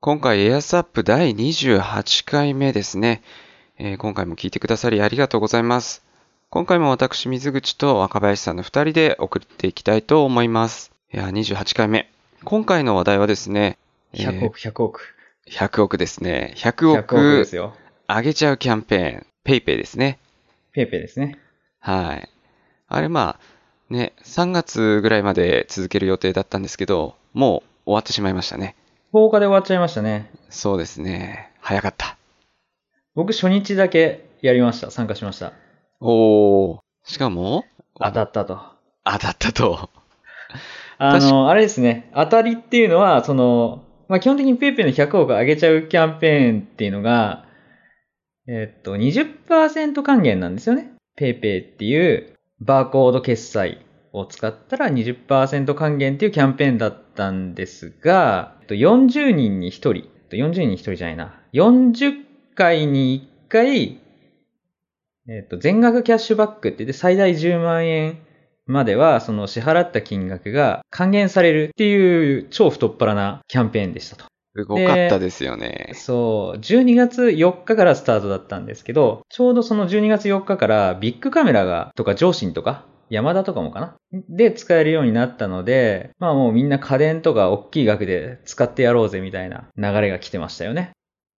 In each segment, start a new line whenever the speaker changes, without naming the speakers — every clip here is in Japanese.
今回 ASAP 第28回目ですね、えー今回も聞いてくださりありがとうございます。今回も私、水口と若林さんの2人で送っていきたいと思います。いやー、28回目。今回の話題はですね、えー
100億、100億。
100億ですね。
100
100
億で
億
すよ。
上げちゃうキャンペーン。ペイペイですね。
ペイペイですね。
はい。あれ、まあ、ね、3月ぐらいまで続ける予定だったんですけど、もう終わってしまいましたね。
10日で終わっちゃいましたね。
そうですね。早かった。
僕初日だけやりました。参加しました。
おー。しかも、
当たったと。
当たったと。
あ
確
の、あれですね。当たりっていうのは、その、まあ、基本的にペイペイの100億上げちゃうキャンペーンっていうのが、えっと、20%還元なんですよね。ペイペイっていうバーコード決済を使ったら20%還元っていうキャンペーンだったんですが、えっと40人に1人、えっと40人に1人じゃないな。40回に1回、えっと、全額キャッシュバックって言って最大10万円までは、その支払った金額が還元されるっていう超太っ腹なキャンペーンでしたと。
すごかったですよね。
そう、12月4日からスタートだったんですけど、ちょうどその12月4日からビッグカメラが、とか上信とか、山田とかもかなで使えるようになったので、まあもうみんな家電とか大きい額で使ってやろうぜみたいな流れが来てましたよね。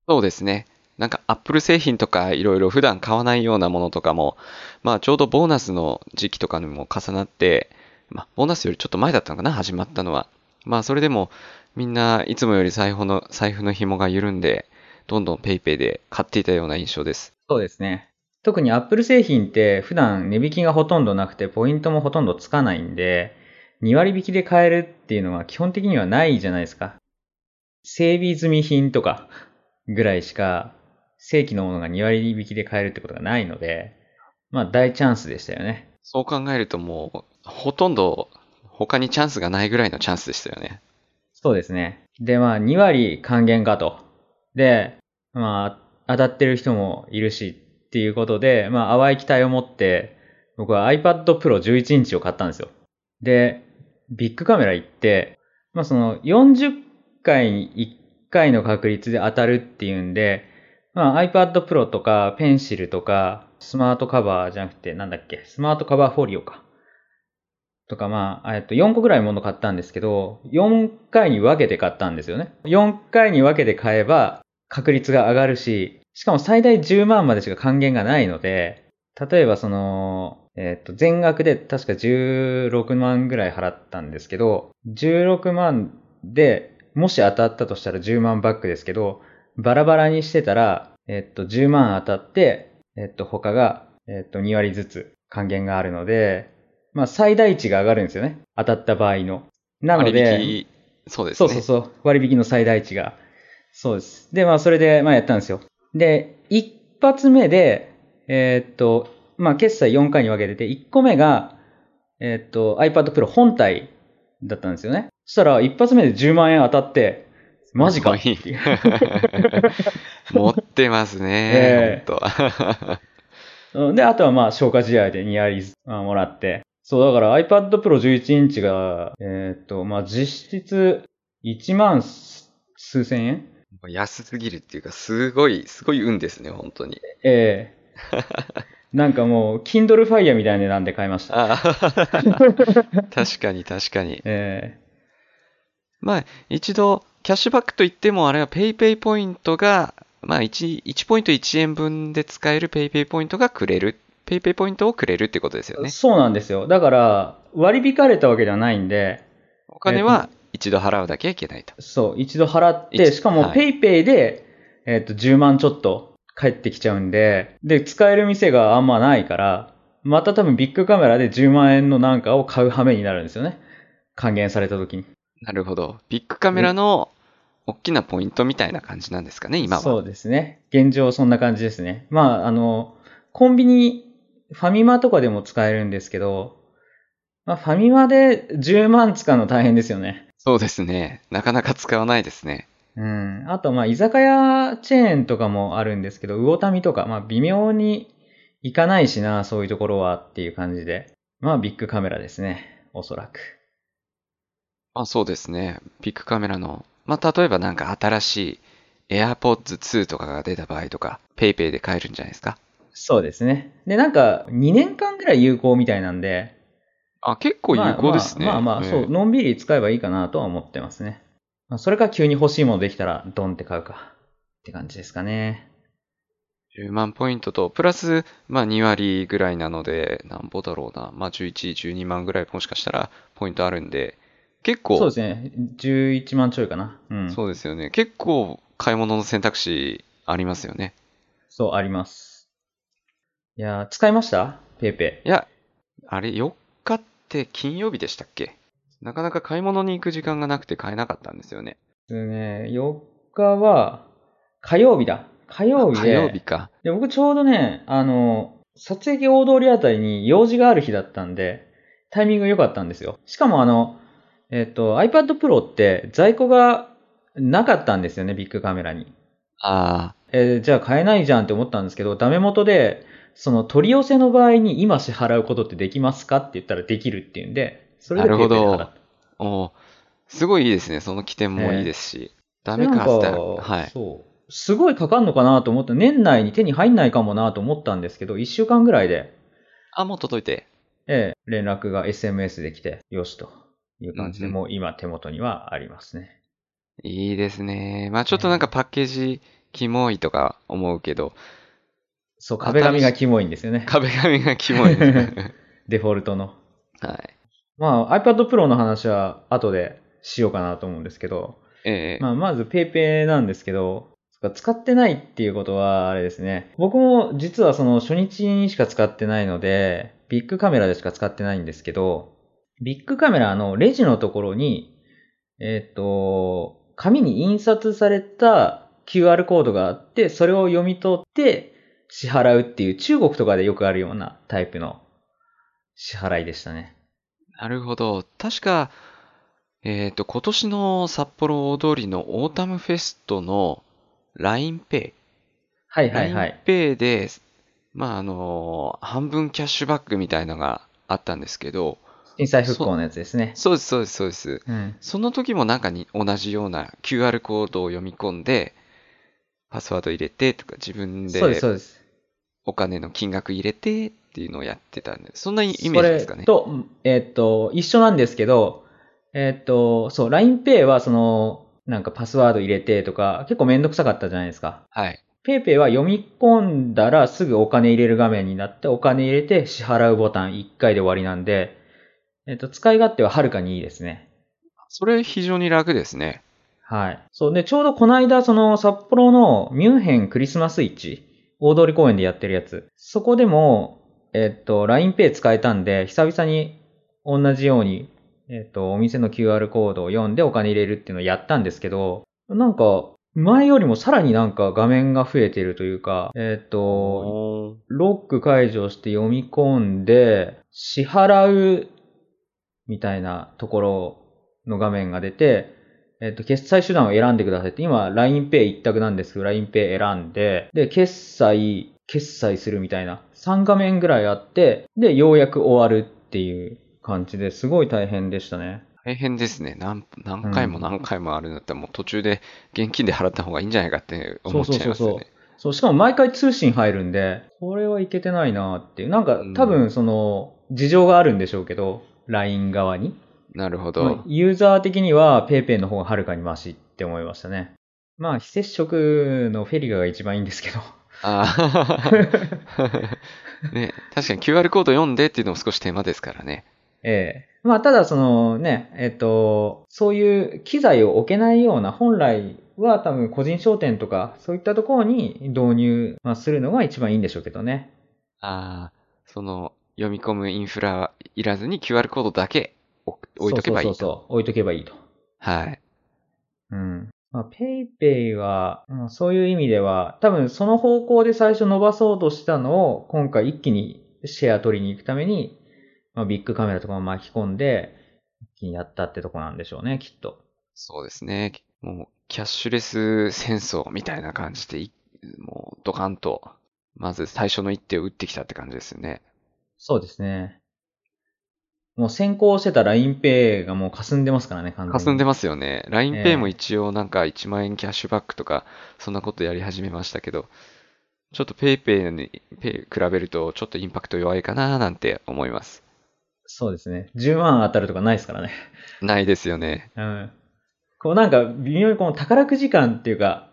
そうですね。なんか、アップル製品とか、いろいろ普段買わないようなものとかも、まあ、ちょうどボーナスの時期とかにも重なって、まあ、ボーナスよりちょっと前だったのかな、始まったのは。まあ、それでも、みんないつもより財布の、財布の紐が緩んで、どんどんペイペイで買っていたような印象です。
そうですね。特に Apple 製品って普段値引きがほとんどなくてポイントもほとんどつかないんで、2割引きで買えるっていうのは基本的にはないじゃないですか。整備済み品とかぐらいしか正規のものが2割引きで買えるってことがないので、まあ大チャンスでしたよね。
そう考えるともう、ほとんど他にチャンスがないぐらいのチャンスでしたよね。
そうですね。で、まあ、2割還元かと。で、まあ、当たってる人もいるし、っていうことで、まあ、淡い期待を持って、僕は iPad Pro 11インチを買ったんですよ。で、ビッグカメラ行って、まあ、その、40回に1回の確率で当たるっていうんで、まあ、iPad Pro とか、ペンシルとか、スマートカバーじゃなくて、なんだっけ、スマートカバーフォリオか。とか、まあ、えっと、4個ぐらいもの買ったんですけど、4回に分けて買ったんですよね。4回に分けて買えば、確率が上がるし、しかも最大10万までしか還元がないので、例えばその、えっと、全額で確か16万ぐらい払ったんですけど、16万で、もし当たったとしたら10万バックですけど、バラバラにしてたら、えっと、10万当たって、えっと、他が、えっと、2割ずつ還元があるので、まあ、最大値が上がるんですよね。当たった場合の。なので、
割引、そうです
そ
ね。
うそうそう。割引の最大値が。そうです。で、まあ、それで、まあ、やったんですよ。で、一発目で、えーっと、まあ、決済4回に分けてて、1個目が、えーっと、iPad Pro 本体だったんですよね。そしたら、一発目で10万円当たって、マジかっていう。
持ってますね。本当
うんで、あとはまあ、消化試合でニアリーまあもらって。そう、だから iPad Pro 11インチが、えーっと、まあ、実質1万数千円
安すぎるっていうか、すごい、すごい運ですね、本当に。
ええなんかもう、Kindle Fire みたいな値段で買いました。
あ確かに確かに。
え
まあ、一度、キャッシュバックといっても、あれは PayPay ポイントが、まあ1、1ポイント1円分で使える PayPay ポイントがくれる。PayPay ポイントをくれるってことです
え
よね。
そうなんですよ。だから、割り引かれたわけではないんで、
お金は一度払わなきゃいけないと。
そう、一度払っ
一
て、しかも
はい
PayPay で、えっと、10万ちょっと返ってきちゃうんで、で、使える店があんまないから、また多分ビッグカメラで10万円のなんかを買う羽目になるんですよね。還元された時に。
なるほど。ビッグカメラの大きなポイントみたいな感じなんですかね、今は。
そうですね。現状そんな感じですね。まあ、あの、コンビニ、ファミマとかでも使えるんですけど、まあ、ファミマで10万使うの大変ですよね。
そうですね。なかなか使わないですね。
うん。あと、まあ、居酒屋チェーンとかもあるんですけど、魚民とか、まあ、微妙に行かないしな、そういうところはっていう感じで。まあ、ビッグカメラですね。おそらく。
まあそうですね。ビッグカメラのまあ、例えばなんか新しい AirPods 2とかが出た場合とか、PayPay で買えるんじゃないですか。
そうですね。で、なんか、2年間ぐらい有効みたいなんで、
あ、結構有効ですね。
まあまあ、まあまあ
ええ
そう、のんびり使えばいいかなとは思ってますね。まあ、それか急に欲しいものできたら、ドンって買うか。って感じですかね。
10万ポイントと、プラス、まあ2割ぐらいなので、なんぼだろうな。まあ11、12万ぐらいもしかしたらポイントあるんで、結構、
そうですね。11万ちょいかな。うん。そう、
そうですよね。結構買い物の選択肢ありますよね。
あります。いやー使いましたペイペ
いや、あれ、4日って金曜日でしたっけなかなか買い物に行く時間がなくて買えなかったんですよね。
イ。ですね、4日は、火曜日だ。火曜日
火
で。
曜日か。
で、僕ちょうどね、あの、撮影大通りあたりに用事がある日だったんで、タイミング良かったんですよ。しかもあの、えっ、と、iPad Pro って在庫がなかったんですよね、ビッグカメラに。
あ
えーじゃあ買えないじゃんって思ったんですけど、ダメ元で、その取り寄せの場合に今支払うことってできますかって言ったらできるっていうんで、それで
なるほど
PayPay で払った。
あ、おうすごいいいですね。その起点もいいですし。ダメか
な
っ
んか
て言ったらはい。
そう。すごいかかんのかなと思った。年内に手に入んないかもなと思ったんですけど、1週間ぐらいで
あ、もう届いて。
ええ、連絡が SMS できて、よしという感じで、
うんうん
もう今手元にはありますね。
いいですね。まあちょっとなんかパッケージ、キモいとか思うけど、
そう、壁紙がキモいんですよね。
壁紙がキモいですね。
デフォルトの。
はい。
まあ iPad Pro の話は後でしようかなと思うんですけど、
ええ
まあまず PayPay なんですけど、そっか使ってないっていうことはあれですね。僕も実はその初日にしか使ってないので、ビッグカメラでしか使ってないんですけど、ビッグカメラのレジのところに、えっ、と、紙に印刷された QR コードがあって、それを読み取って支払うっていう中国とかでよくあるようなタイプの支払いでしたね。
なるほど。確か、えっ、と、今年の札幌大通りのオータムフェストの LINEPay。
はいはいはい
LINEPay で、まああのー半分キャッシュバックみたいのがあったんですけど、
震災復興のやつですね。
そうです、そうです、そうです。
うん。
その時もなんかに同じような QR コードを読み込んで、パスワード入れてとか自分
そうです、そう
で
です。
お金の金額入れてっていうのをやってたんで、そんなイメージですかね
そ。れと、えっ、と、一緒なんですけど、えっ、と、そう、LINEPay はその、なんかパスワード入れてとか、結構めんどくさかったじゃないですか。
はい。
PayPay は読み込んだらすぐお金入れる画面になって、お金入れて支払うボタン1回で終わりなんで、えっ、と、使い勝手ははるかにいいですね。
それ非常に楽ですね。
はい。そう。で、ちょうどこの間、その、札幌のミュンヘンクリスマス市、大通公園でやってるやつ。そこでも、えっと、LINEPay 使えたんで、久々に同じように、えっと、お店の QR コードを読んでお金入れるっていうのをやったんですけど、なんか、前よりもさらになんか画面が増えてるというか、えっと、
お
ロック解除して読み込んで、支払う、みたいなところの画面が出て、えっと、決済手段を選んでくださいって、今、LINEPay 一択なんですけど、LINEPay 選んで、で、決済、決済するみたいな、3画面ぐらいあって、で、ようやく終わるっていう感じですごい大変でしたね。
大変ですね。何何回も何回もあるんだったら、もう途中で現金で払った方がいいんじゃないかって思っちゃいますよね。
そうそうそうそうそう、しかも毎回通信入るんで、これはいけてないなっていう。なんか
うん、
多分、その、事情があるんでしょうけど、LINE 側に。
なるほど。
まあユーザー的には PayPay の方がはるかにマシって思いましたね。まあ、非接触のフェリガが一番いいんですけど。
あーね、確かに QR コード読んでっていうのも少し手間ですからね。
ええまあ、ただそのね、えっと、そういう機材を置けないような、本来は多分個人商店とか、そういったところに導入、まあ、するのが一番いいんでしょうけどね。
ああ、その読み込むインフラはいらずに QR コードだけ置く置いとけばいい
そう
と。
そうそうそう、置いとけばいいと。
はい。
うん。まあ、ペイペイは、うんそういう意味では、多分その方向で最初伸ばそうとしたのを、今回一気にシェア取りに行くために、まあ、ビッグカメラとかも巻き込んで、一気にやったってとこなんでしょうね、きっと。
そうですね。もうキャッシュレス戦争みたいな感じでい、もうドカンと、まず最初の一手を打ってきたって感じですよね。
そうですね。もう先行してた LINEPay がもう霞んでますからね、完全に。
霞んで
ま
ますよね。LINEPay も一応なんか1万円キャッシュバックとか、そんなことやり始めましたけど、ちょっと PayPay にペイ比べるとちょっとインパクト弱いかななんて思います。
す。そうですね。10万当たるとかないですからね。
ないですよね。
うん。こうなんか微妙にこの宝くじ感っていうか、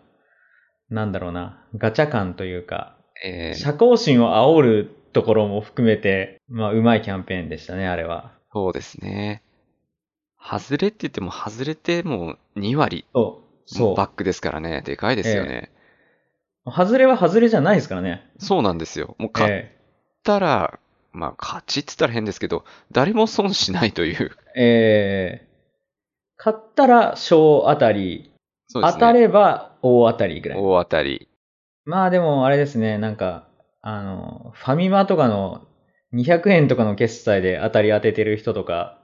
なんだろうな、ガチャ感というか、
えー
社交心を煽るところも含めて、まあ、うまいキャンペーンでしたね、あれは。
そうですね。外れって言っても、外れてもう2割
そう。そ
バックですからね。でかいですよね。
う。外れは外れじゃないですからね。
そうなんですよ。もう買っ
え
たら、まあ勝ちって言ったら変ですけど、誰も損しないという。
えええ買ったら小当たり、
そうですね。
当たれば大当たりぐらい。
大当たり。
まあでもあれですね、なんか、あの、ファミマとかの200円とかの決済で当たり当ててる人とか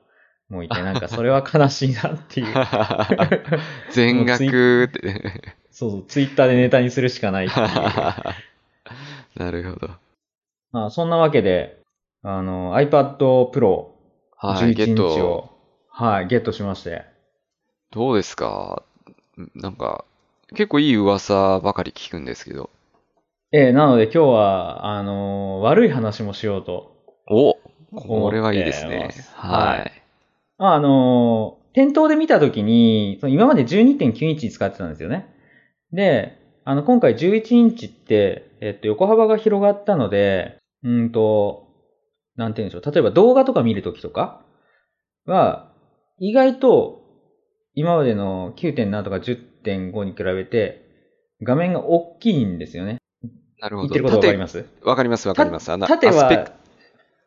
もいて、なんかそれは悲しいなっ ていう。
全額って。
そうそう、ツイッターでネタにするしかないっていう
なるほど。
まあそんなわけで、あの、iPad Pro
はい、ゲ
11
ッ
日
ト。
を、はい、ゲットしまして。
どうですかなんか、結構いい噂ばかり聞くんですけど。
ええなので今日は、あの、悪い話もしようと。
おこれはいいです
思って
ね
ます。
はい。
まああの、店頭で見たときに、その今まで12.9インチ使ってたんですよね。で、あの、今回11インチって、えっと、横幅が広がったので、うんと、なんて言うんでしょう。例えば動画とか見るときとかは、意外と、今までの9.7とか10.5に比べて、画面が大きいんですよね。
なるほ
言ってる
ど。
ことわかり
縦、
ます
わかります、わかります。あの、
縦
アスペク
は、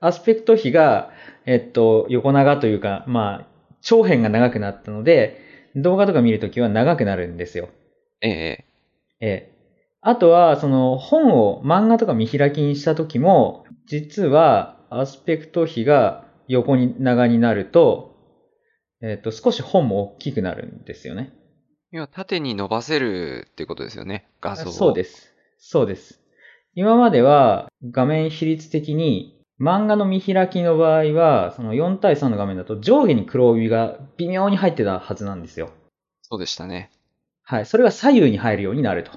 アスペクト比が、えっと、横長というか、まあ、長辺が長くなったので、動画とか見るときは長くなるんですよ。
ええ
ええ。あとは、その、本を、漫画とか見開きにしたときも、実は、アスペクト比が横に長になると、えっと、少し本も大きくなるんですよね。
要は縦に伸ばせるってことですよね。画像を。
そうです。そうです。今までは画面比率的に漫画の見開きの場合は、その4対3の画面だと上下に黒帯が微妙に入ってたはずなんですよ。
そうでしたね。
はい。それが左右に入るようになると。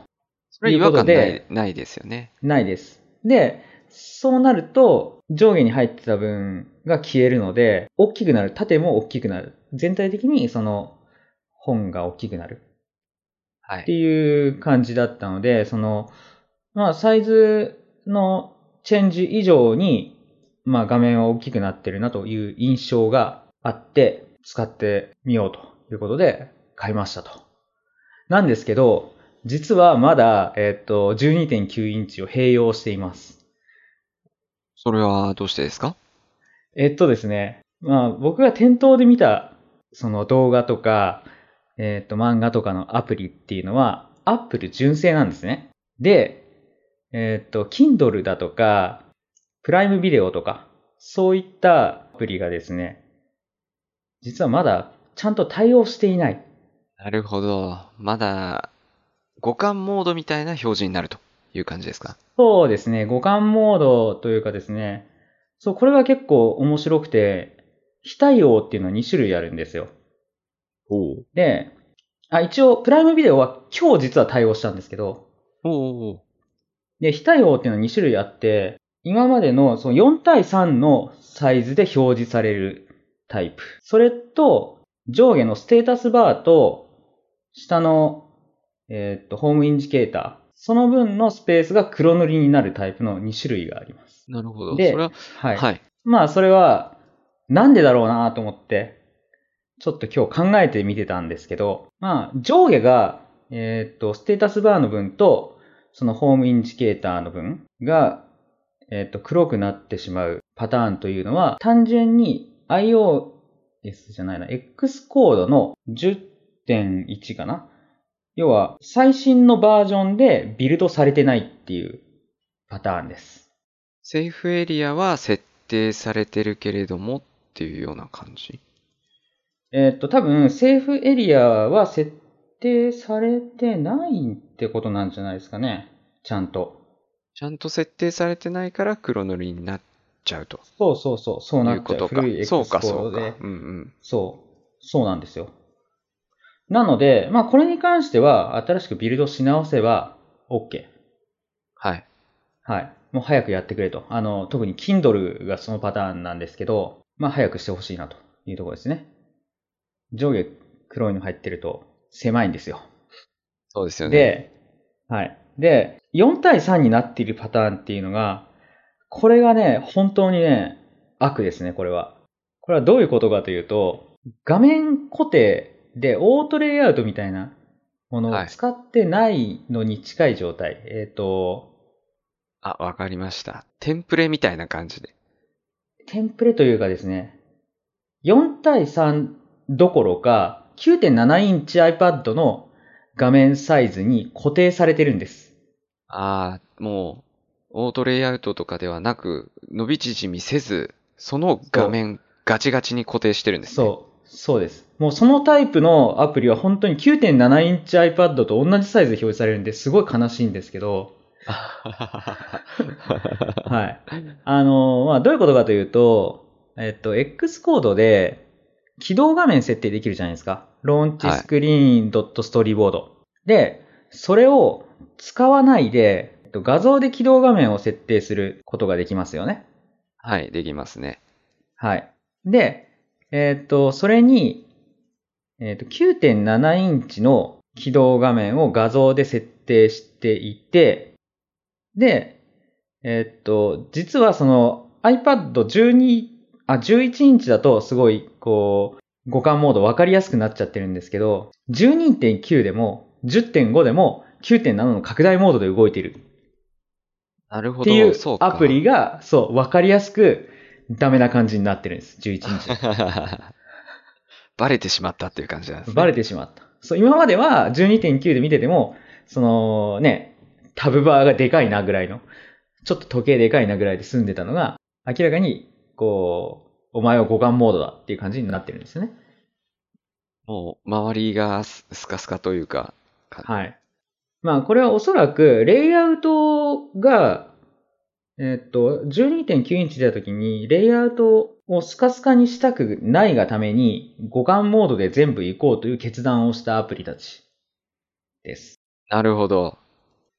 それ
とい
違
うこ
和
と
感な
で
いないですよね。
ないです。で、そうなると上下に入ってた分が消えるので、大きくなる。縦も大きくなる。全体的にその本が大きくなる。
は
って
い。
いう感じだったので、その、まあ、サイズのチェンジ以上に、まあ、画面は大きくなってるなという印象があって、使ってみようということで、買いましたと。なんですけど、実はまだ、えっと、12.9インチを併用しています。
それはどうしてですか
えっとですね、まあ、僕が店頭で見た、その動画とか、えっ、と、漫画とかのアプリっていうのは、アップル純正なんですね。で、えっ、と、Kindle だとか、プライムビデオとか、そういったアプリがですね、実はまだちゃんと対応していない。
なるほど。まだ、互換モードみたいな表示になるという感じですか
そうですね、互換モードというかですね、そう、これが結構面白くて、非対応っていうのは2種類あるんですよ。
おお
で、あ、一応、プライムビデオは今日実は対応したんですけど、
おう
で、非対応っていうのは2種類あって、今までのその4対3のサイズで表示されるタイプ。それと、上下のステータスバーと、下の、えーっと、ホームインジケーター。その分のスペースが黒塗りになるタイプの2種類があります。
なるほど。そ
で
れは、
はい。
はい。
まあ、それは、なんでだろうなと思って、ちょっと今日考えてみてたんですけど、まあ、上下が、えーっと、ステータスバーの分と、そのホームインジケーターの分が、えーっと、黒くなってしまうパターンというのは、単純に iOS じゃないな、X コードの10.1かな要は、最新のバージョンでビルドされてないっていうパターンです。
セーフエリアは設定されてるけれどもっていうような感じ。
えーっと、多分、セーフエリアは設定されてないってことなんじゃないですかね。ちゃんと。
ちゃんと設定されてないから黒塗りになっちゃうと
そうそうそう、そう
い
な
う
っ
こ
ちゃう。
とか
古い。エクス
そう
ポ
か、そう
で
か。。うんうん。
そう、そうなんですよ。なので、まあこれに関しては、新しくビルドし直せば OK。
はい。
はい。もう早くやってくれと。あの、特に Kindle がそのパターンなんですけど、まあ早くしてほしいなというところですね。上下黒いの入ってると狭いんですよ。
そうですよね。
で、はい。で、4対3になっているパターンっていうのが、これがね、本当にね、悪ですね、これは。これはどういうことかというと、画面固定でオートレイアウトみたいなもの
は
を
い
使ってないのに近い状態。えっ、と、
あ、わかりました。テンプレみたいな感じで。
テンプレというかですね、4対3どころか、9.7インチ iPad の画面サイズに固定されてるんです。
ああ、もう、オートレイアウトとかではなく、伸び縮みせず、その画面ガチガチに固定してるんです ね。
そう。そうです。もうそのタイプのアプリは本当に9.7インチ iPad と同じサイズで表示されるんですごい悲しいんです けど、はい。あの、まあ、どういうことかというと、えっと、X コードで起動画面設定できるじゃないですか。ローンチスクリーン .storyboard。で、それを使わないで、えっと画像で起動画面を設定することができますよね。
はい、できますね。
はい。で、えーっと、それに、えーっと、9.7インチの起動画面を画像で設定していて、で、えーっと、実はその iPad 12、あ、11インチだとすごい、こう、互換モード分かりやすくなっちゃってるんですけど、12.9でも、10.5でも、9.7の拡大モードで動いている
なるほ
っていう
ど、そうか。
アプリが、そう、分かりやすくダメな感じになってるんです、11インチだと。
バレてしまったっていう感じなんですね。
バレてしまった。そう、今までは12.9で見てても、そのね、タブバーがでかいなぐらいの、ちょっと時計でかいなぐらいで済んでたのが、明らかに、こう、お前は互換モードだっていう感じになってるんですよね。
もう、周りがススカスカというか、
はい。まあ、これはおそらく、レイアウトが、えっと、12.9インチ出た時に、レイアウトをスカスカにしたくないがために、互換モードで全部行こうという決断をしたアプリたちです。
なるほど。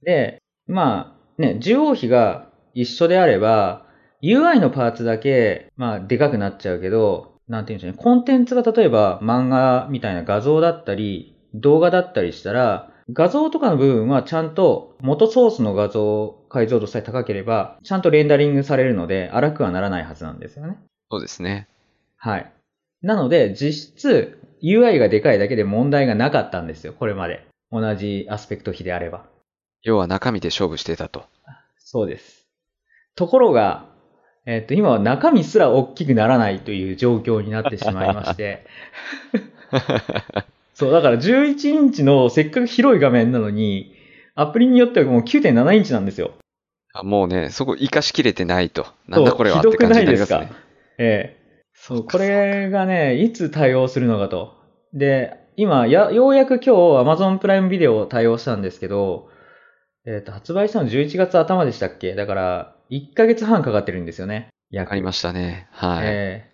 で、まあ、ね、中央比が一緒であれば、UI のパーツだけ、まあ、でかくなっちゃうけど、なんていうんでしょうね、コンテンツが例えば漫画みたいな画像だったり、動画だったりしたら、画像とかの部分はちゃんと元ソースの画像解像度さえ高ければ、ちゃんとレンダリングされるので、荒くはならないはずなんですよね。
そうですね。
はい。なので、実質、UI がでかいだけで問題がなかったんですよ、これまで。同じアスペクト比であれば。
要は中身で勝負してたと。
そうです。ところが、えっ、と、今は中身すら大きくならないという状況になってしまいまして。 そう、だから11インチのせっかく広い画面なのに、アプリによってはもう9.7インチなんですよ。
あもうね、そこ生かしきれてないと。なんだこれはっ
そう
て
ひどく
感じ
ない
にな
で
りますす
か。
ね。
ええ。そう、
かそ
こ
うか
れがね、いつ対応するのかと。で、今、や、ようやく今日 Amazon プライムビデオを対応したんですけど、えっ、と、発売したの11月頭でしたっけだから、1ヶ月半かかってるんですよね。
わかりましたね。はい。
え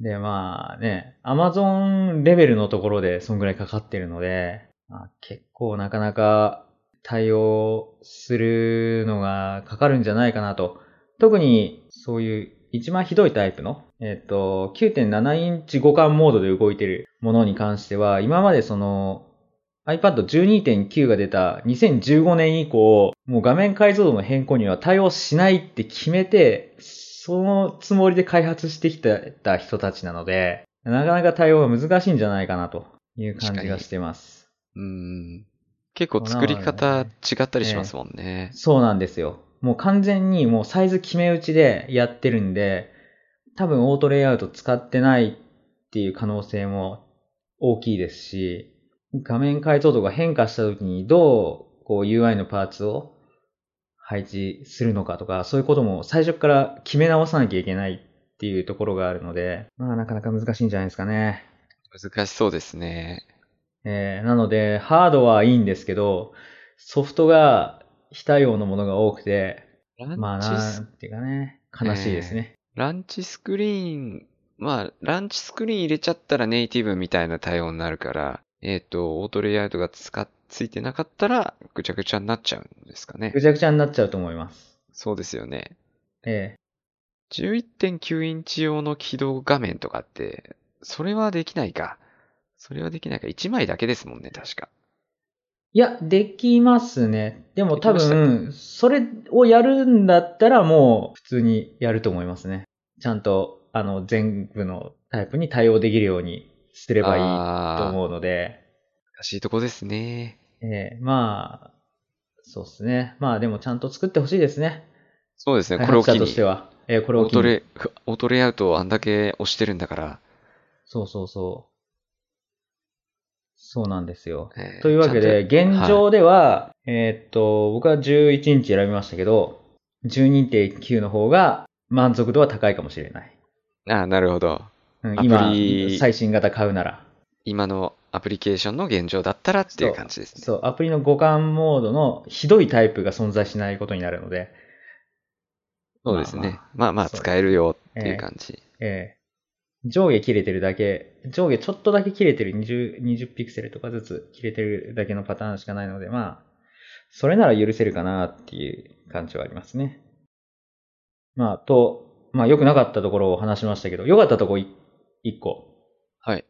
えで、まあね、アマゾンレベルのところでそんぐらいかかってるので、まあ、結構なかなか対応するのがかかるんじゃないかなと。特にそういう一番ひどいタイプの、えっ、と、9.7インチ互換モードで動いてるものに関しては、今までその iPad 12.9が出た2015年以降、もう画面解像度の変更には対応しないって決めて、そのつもりで開発してきてた人たちなので、なかなか対応が難しいんじゃないかなという感じがしてます。
うん。結構作り方違ったりしますもんね。
そうなんですよ。もう完全にもうサイズ決め打ちでやってるんで、多分オートレイアウト使ってないっていう可能性も大きいですし、画面解像度が変化した時にどうこう UI のパーツを配置するのかとか、そういうことも最初から決め直さなきゃいけないっていうところがあるので、まあなかなか難しいんじゃないですかね。
難しそうですね。
えーなので、ハードはいいんですけど、ソフトが非対応のものが多くて、
ラン
まあ
チ
な
ス
んていうかね、悲しいですね。
ランチスクリーン、まあ、ランチスクリーン入れちゃったらネイティブみたいな対応になるから、えっ、と、オートレイアウトがつか、ついてなかったら、ぐちゃぐちゃになっちゃうんですかね
ぐ。ちゃぐちゃになっちゃうと思います。
そうですよね。
え
11.9インチ用の起動画面とかって、それはできないか。それはできないか。1枚だけですもんね、確か。
えいや、できますね。でも多
できま
分、それをやるんだったらもう普通にやると思いますね。ちゃんと、あの、全部のタイプに対応できるようにすればいいと
あー
思うので、
難しいとこですね。
ええまあ、そうですね。まあでもちゃんと作ってほしいですね。
そうですね、
開
これを
発
機
者
に。
としては。ええこれ
オ
を
ー
機
ト
に。
レ、オートレイアウトをあんだけ押してるんだから。
そうそうそう。そうなんですよ。
えー
というわけで、、
ちゃんと
現状では、えーっと、僕は11インチ選びましたけど、12.9の方が満足度は高いかもしれない。
ああ、なるほど。
うん
アプ
今
リ、
最新型買うなら。
今のアプリケーションの現状だったらっていう感じですね。
そう、アプリの互換モードのひどいタイプが存在しないことになるので、
そうですね。まあまあ
そう
使えるよっていう感じ。
えー上下切れてるだけ、上下ちょっとだけ切れてる20、20ピクセルとかずつ切れてるだけのパターンしかないので、まあ、それなら許せるかなっていう感じはありますね。まあ、と、まあ、良くなかったところを話しましたけど、良かったところ1個。
はい。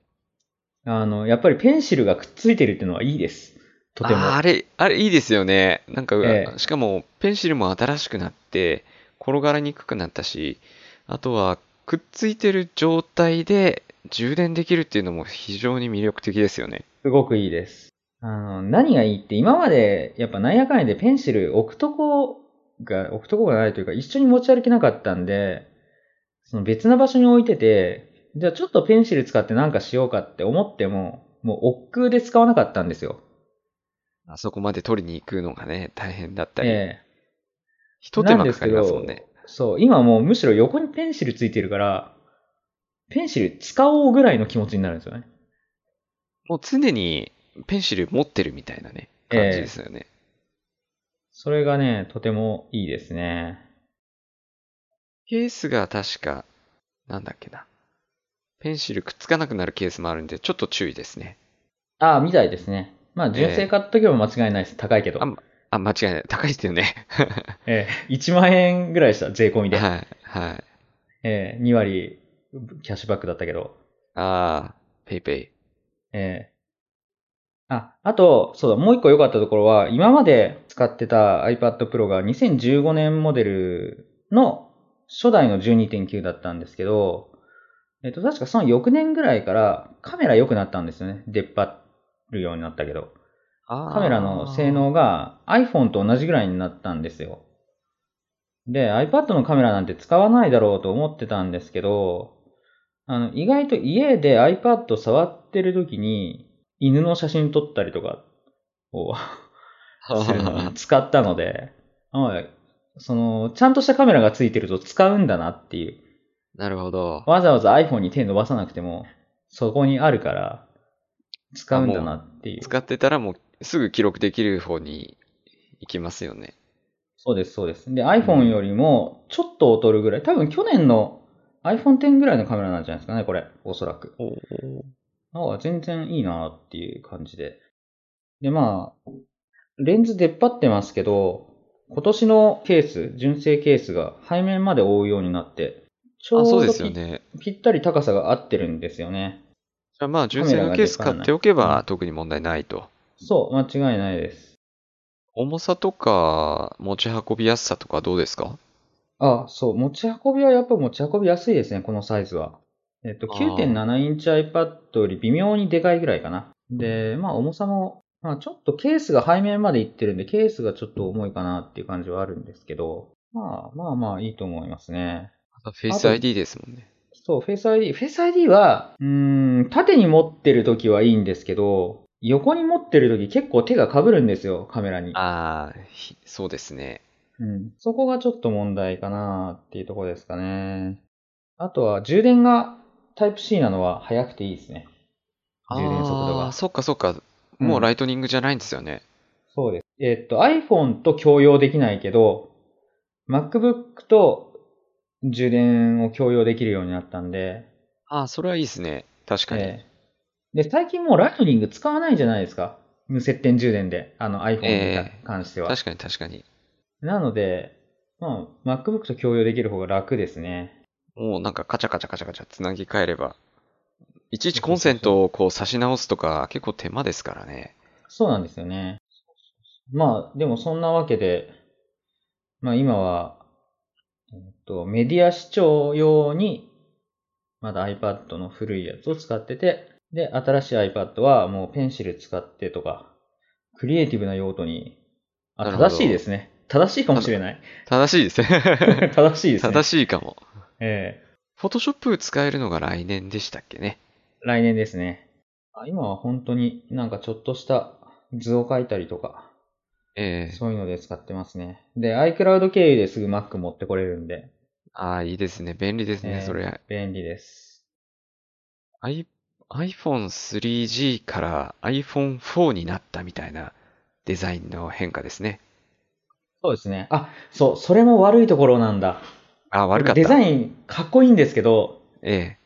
あの、やっぱりペンシルがくっついてるっていうのはいいです。とても。
ああれ、あれいいですよね。なんか、
ええ
しかもペンシルも新しくなって、転がりにくくなったし、あとはくっついてる状態で充電できるっていうのも非常に魅力的ですよね。
すごくいいです。あの、何がいいって、今まで、やっぱなんやかんやでペンシル置くとこが、置くとこがないというか、一緒に持ち歩けなかったんで、その別な場所に置いてて、じゃあちょっとペンシル使ってなんかしようかって思っても、もう億劫で使わなかったんですよ。
あそこまで取りに行くのがね、大変だったり、
ええ
一手間かかりますもんね。
そう、今もうむしろ横にペンシルついてるから、ペンシル使おうぐらいの気持ちになるんですよね。
もう常にペンシル持ってるみたいなね、
ええ
感じですよね。
それがね、とてもいいですね。
ケースが確か、なんだっけな。ペンシルくっつかなくなるケースもあるんで、ちょっと注意ですね。
ああ、みたいですね。まあ、純正買っとけば間違いないです。高いけど。
ああ、間違いない。高いですよね。
ええ、1万円ぐらいでした、税込みで。
はい。はい。
ええ、2割キャッシュバックだったけど。
あー、ペイペイ。
ええ。あ、あと、そうだ、もう一個良かったところは、今まで使ってた iPad Pro が2015年モデルの初代の12.9だったんですけど、えっと、確かその翌年ぐらいからカメラ良くなったんですよね。出っ張るようになったけど。
あー
カメラの性。能が iPhone と同じぐらいになったんですよ。で、iPad のカメラなんて使わないだろうと思ってたんですけど、あの、意外と家で iPad 触ってる時に、犬の写真撮ったりとかをするのに使ったので、あその、ちゃんとしたカメラがついてると使うんだなっていう。
なるほど。
わざわざ iPhone に手伸ばさなくても、そこにあるから、使うんだなっていう。
使ってたらもうすぐ記録できる方に行きますよね。
そうです、そうです。で、iPhone よりもちょっと劣るぐらい、多分去年の iPhone X ぐらいのカメラなんじゃないですかね、これ、おそらく。ああ、全然いいなっていう感じで。で、まあ、レンズ出っ張ってますけど、今年のケース、純正ケースが背面まで覆うようになって、ちょ
あ、
う
そ
ど
う
ぴ
ですよね。
ぴったり高さが合ってるんですよね。
じゃあまあ、純正のケース買っておけば特に問題ないと。
そう、間違いないです。
重さとか、持ち運びやすさとかどうですか
あ、そう、持ち運びはやっぱ持ち運びやすいですね、このサイズは。えっと、
あー
9.7インチ iPad より微妙にでかいぐらいかな。で、まあ重さも、まあちょっとケースが背面までいってるんで、ケースがちょっと重いかなっていう感じはあるんですけど、まあまあまあいいと思いますね。
あとフェイス ID ですもんね。
そう、フェイス ID。フェイス ID は、うーん、縦に持ってるときはいいんですけど、横に持ってるとき結構手が被るんですよ、カメラに。
ああ、ひそうですね。
うん。そこがちょっと問題かなっていうところですかね。あとは、充電がタイプ C なのは早くていいですね。充電速度
あー
が。
そっかそっか。
うん
もうライトニングじゃないんですよね。
そうです。えっと、iPhone と共用できないけど、MacBook と充電を共用できるようになったんで、
ああ、それはいいですね。確かに。
ええで、最近もうライトニング使わないじゃないですか。無接点充電で、あの iPhone に
え
関しては。
確かに確かに。
なので、まあ、MacBook と共用できる方が楽ですね。
もうなんかカチャカチャカチャカチャつなぎ替えれば。いちいちコンセントをこう差し直すとか結構手間ですからね。
そうなんですよね。まあ、でもそんなわけで、まあ今は、えっと、メディア視聴用に、まだ iPad の古いやつを使ってて、で、新しい iPad はもうペンシル使ってとか、クリエイティブな用途に、あ、
なるほど
正しいですね。正しいかもしれない。
正しいですね。
正しいですね。
正しいかも。
え
フォトショップ使えるのが来年でしたっけね。
え来年ですね。あ今は本当になんかちょっとした図を描いたりとか、
ええ
そういうので使ってますね。で、iCloud 経由ですぐ Mac 持ってこれるんで、
ああ、いいですね。便利ですね、
ええ
それ。
便利です。
I、iPhone 3G から iPhone 4になったみたいなデザインの変化ですね。
そうですね。あ、そう、それも悪いところなんだ。
ああ、悪かった。
デザ
ン
インかっこいいんですけど、
ええ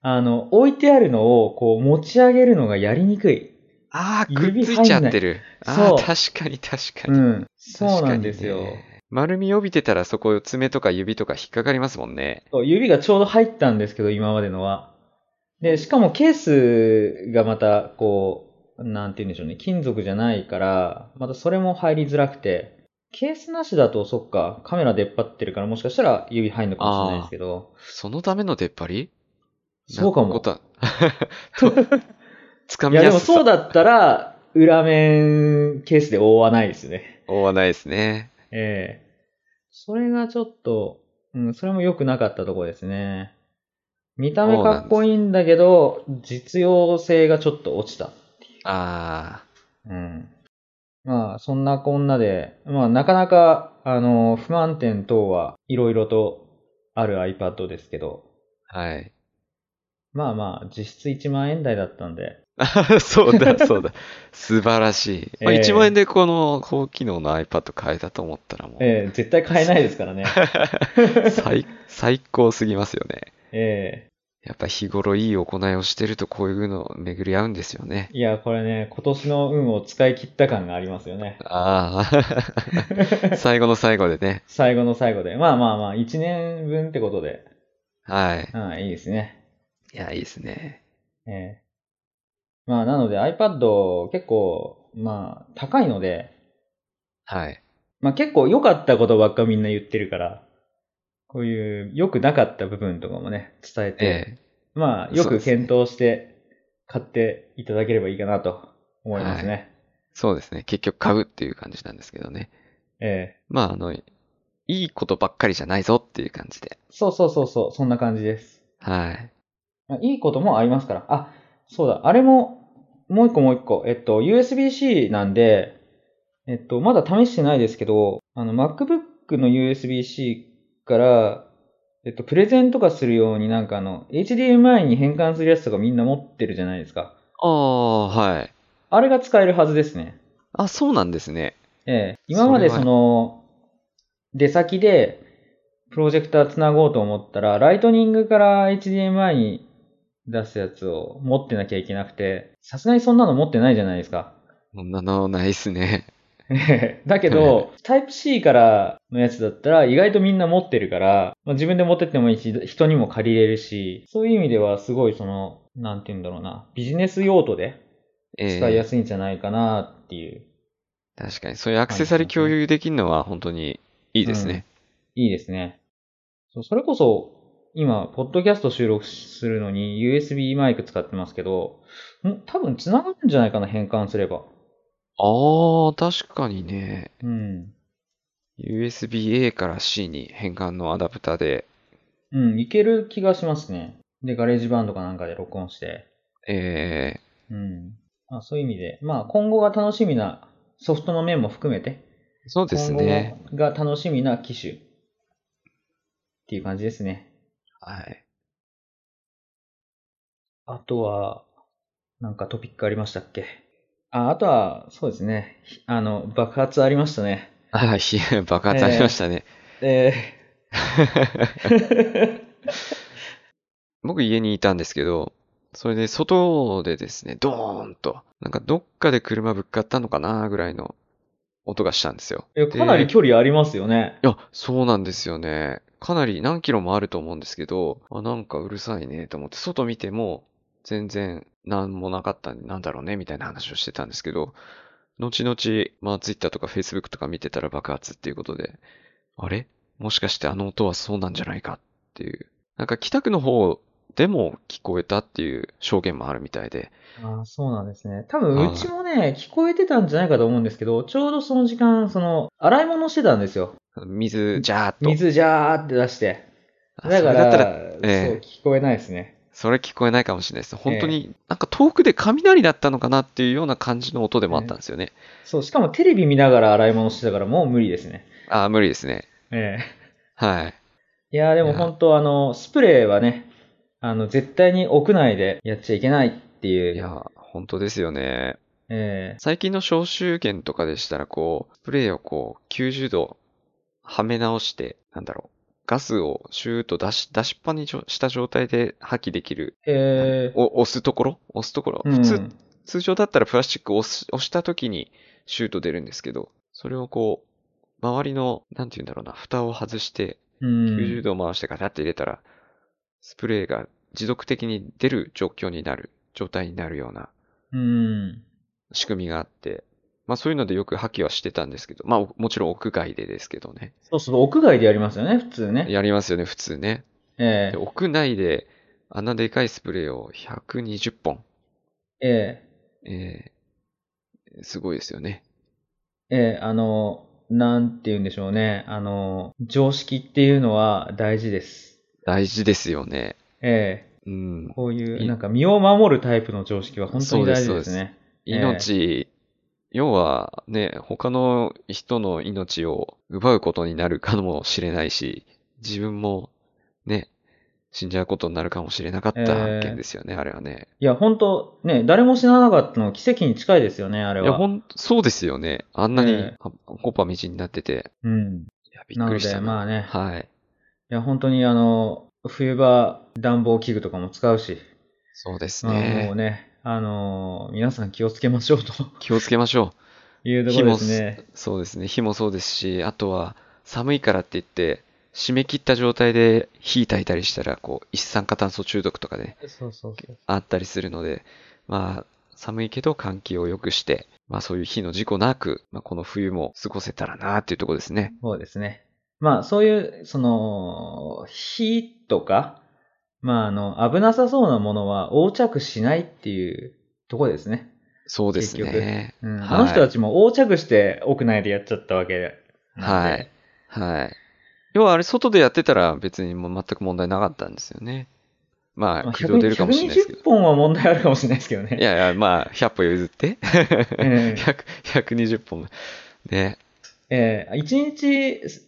あの、置いてあるのをこう持ち上げるのがやりにくい。
ああ、くっ
指
ついちゃってる。ああ、
そう
確かに確か
う
に。
ん。そうなんですよ
確。かにね丸み帯びてたらそこ爪とか指とか引っかかりますもんね。
そう指がちょうど入ったんですけど、今までのは。で、しかもケースがまた、こう、なんて言うんでしょうね、金属じゃないから、またそれも入りづらくて、ケースなしだと、そっか、カメラ出っ張ってるから、もしかしたら指入るのかもしれないですけど、
そのための出っ張り
そうかも
なんことはと、 掴
い
み
や、で
や
も
す
そう
さ
だったら、裏面ケースで覆わないですね。
追わないですね。
ええそれがちょっと、うん、それも良くなかったところですね。見た目かっこいいんだけど、実用性がちょっと落ちた。
あ
うん。まあ、そんなこんなで、まあ、なかなか、あの、不満点等はいろいろとある iPad ですけど、
あ、 はい。
まあまあ、実質1万円台だったんで、
あそうだ、そうだ。素晴らしい。まあ、
ええ
1万円でこの高機能の iPad 買えたと思ったらもう、
ええ絶対買えないですからね。
最最高すぎますよね。
え
やっぱ日頃いい行いをしてるとこういうの巡り合うんですよね。
えいや、これね、今年の運を使い切った感がありますよね。
ああ、 最後の最後でね。
最後の最後で。まあまあまあ、1年分ってことで、
はい。
うん、いいですね。
いや、いいですね。
ええまあ、なので iPad 結構、まあ、高いので、
はい。
まあ結構良かったことばっかみんな言ってるから、こういう良くなかった部分とかもね、伝えて、
え
まあよく検討して買っていただければいいかなと思いますね。
そうですね。結局買うっていう感じなんですけどね。
ええ
まあ、あの、いいことばっかりじゃないぞっていう感じで。
そうそうそうそう、そんな感じです。
はい。
まあいいこともありますから。あ、そうだ、あれも、もう一個もう一個、えっと、USB-C なんで、えっと、まだ試してないですけど、あの、MacBook の USB-C から、えっと、プレゼントとかするようになんかあの、HDMI に変換するやつとかみんな持ってるじゃないですか。
ああ、はい。
あれが使えるはずですね。
あ、そうなんですね。
ええ。今まで
それ
そ
は
の、出先で、プロジェクターつなごうと思ったら、ライトニングから HDMI に出すやつを持ってなきゃいけなくて、さすがにそんなの持ってないじゃないですか。
そんなのないっすね。
だけど、タイプ C からのやつだったら、意外とみんな持ってるから、まあ、自分で持ってってもいいし、人にも借りれるし、そういう意味ではすごいその、なんて言うんだろうな、ビジネス用途で
ええ
使いやすいんじゃないかなっていう。
確かに、そういうアクセサリー共有できるのは本当にいいですね。
いいですね。そうそれこそ、今、ポッドキャスト収録するのに USB マイク使ってますけど、ん多分繋がるんじゃないかな、変換すれば。
ああ、確かにね。
うん。
USB-A から C に変換のアダプターで、
うん、いける気がしますね。で、ガレージバンドかなんかで録音して。
ええ
うん。まあ、そういう意味で、まあ、今後が楽しみなソフトの面も含めて、
そうですね。
今後が楽しみな機種っていう感じですね。
はい。
あとは、なんかトピックありましたっけあ、あとは、そうですね。ひあの、爆発ありましたね。
ああ、ひ爆発ありましたね。
え
僕家にいたんですけど、それで外でですね、ドーンと、なんかどっかで車ぶっかったのかなぐらいの音がしたんですよ。
いやかなり
で
距離ありますよね。
いや、そうなんですよね。かなり何キロもあると思うんですけど、あ、なんかうるさいねと思って、外見ても全然何もなかったんで、なんだろうねみたいな話をしてたんですけど、後々、まあ Twitter とか Facebook とか見てたら爆発っていうことで、あれもしかしてあの音はそうなんじゃないかっていう。なんか北区の方でも聞こえたっていう証言もあるみたいで、
ああ、そうなんですね。多
は
分、
いう
ちもね、聞こえてたんじゃないかと思うんですけど、ちょうどその時間、その、洗い物してたんですよ。
水、ジャーっと。
水ジャーって出して。
あ
だ
そ
か
れだ
ら、
ったらええ
そう、聞こえないですね。
それ聞こえないかもしれないです。本当に、なんか遠くで雷だったのかなっていうような感じの音でもあったんですよね。
そう、しかもテレビ見ながら洗い物してたからもう無理ですね。
ああ、無理ですね。
ええ。
はい。
いやーで
い
も
や
本当あの、スプレーはね、あの、絶対に屋内でやっちゃいけないっていう。
いや、本当ですよね。
ええ
最近の消臭源とかでしたら、こう、スプレーをこう、90度はめ直して、なんだろう。ガスをシューッと出し、出しっぱにじょした状態で破棄できる。
ええ
お押すところ押すところ。
うん
普通、通常だったらプラスチックを押す押した時にシュート出るんですけど、それをこう、周りの、なんて言うんだろうな、蓋を外して、
うん、
90度回してガタって入れたら、スプレーが持続的に出る状況になる、状態になるような
うん。
仕組みがあって、まあそういうのでよく破棄はしてたんですけど、まあおもちろん屋外でですけどね。
そうそう、屋外でやりますよね、普通ね。
やりますよね、普通ね。
え
で
え
屋内で、あんなでかいスプレーを120本。
え
えーすごいですよね。
えええあの、なんて言うんでしょうね。あの、常識っていうのは大事です。
大事ですよね。
ええ
うん。
こういう、
い
なんか身を守るタイプの常識は本当に大事ですね。ええ
命、要はね、他の人の命を奪うことになるかもしれないし、自分もね、死んじゃうことになるかもしれなかった
えー
件ですよね、あれはね。
いや、本当ね、誰も死ななかったの奇跡に近いですよね、あれ
い
は。
や、ほん、そうですよね。あんなに、
え
はコッパ道になってて、
うん。
いや、びっ
な
く
の
りし
で、
た
ま
な。
あね、
はい。
いや、本当にあの、冬場暖房器具とかも使うし、
そうです
まあも
ね
う。ね、あのー皆さん気をつけましょうと
気をつけましょ
いう
う。
ところですね。
そうですね。火もそうですし、あとは、寒いからって言って、締め切った状態で火焚いたりしたら、こう、一酸化炭素中毒とかで、
そうそうそう。
あったりするので、まあ、寒いけど換気を良くして、まあそういう火の事故なく、まあこの冬も過ごせたらなっていうところですね。
そうですね。まあ、そういう、その、火とか、まあ、あの、危なさそうなものは横着しないっていうところですね。
そうですね。
うん
はい
あの人たちも横着して屋内でやっちゃったわけなんで。
はい。はい。要はあれ外でやってたら別にもう全く問題なかったんですよね。ま
ま
あ、
あ、
軌道出るかもしれないですけど
120。本は問題あるかもしれないですけどね。
いやいや、まあ、100歩譲って。
ええ
100 120本。ね。
ええ一日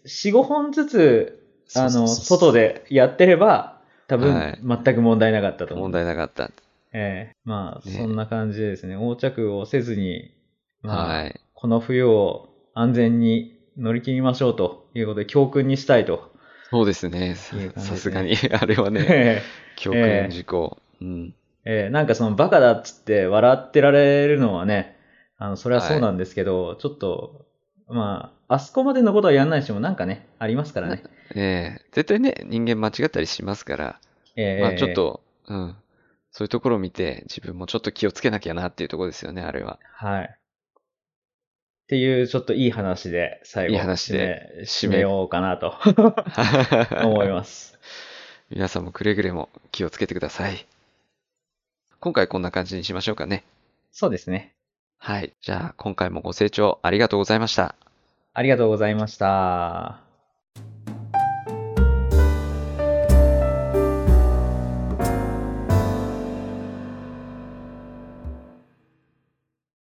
4、5本ずつ、あ
そう
の、
そうそう
外でやってれば、多
は
分
い、
全く問題なかったと思う。
問題なかった。
ええまあ、
ね
そんな感じでですね、横着をせずに、まあ、
はい。
この冬を安全に乗り切りましょうということで、教訓にしたいと。
そうですね。
いい感じですね
さすがに、あれはね、
え
教訓の事故。うん。
えなんかその、バカだっつって笑ってられるのはね、あの、それはそうなんですけど、ちょっと、まあ、あそこまでのことはやんないしも、なんかね、ありますからね。
ええ絶対ね、人間間違ったりしますから、
ええ
まあちょっと、うん、そういうところを見て、自分もちょっと気をつけなきゃなっていうところですよね、あれは。
はい。っていう、ちょっといい話で、最後、
いい話で
締め締めようかなと思います。
皆さんもくれぐれも気をつけてください。今回こんな感じにしましょうかね。
そうですね。
はい。じゃあ、今回もご清聴ありがとうございました。
ありがとうございました。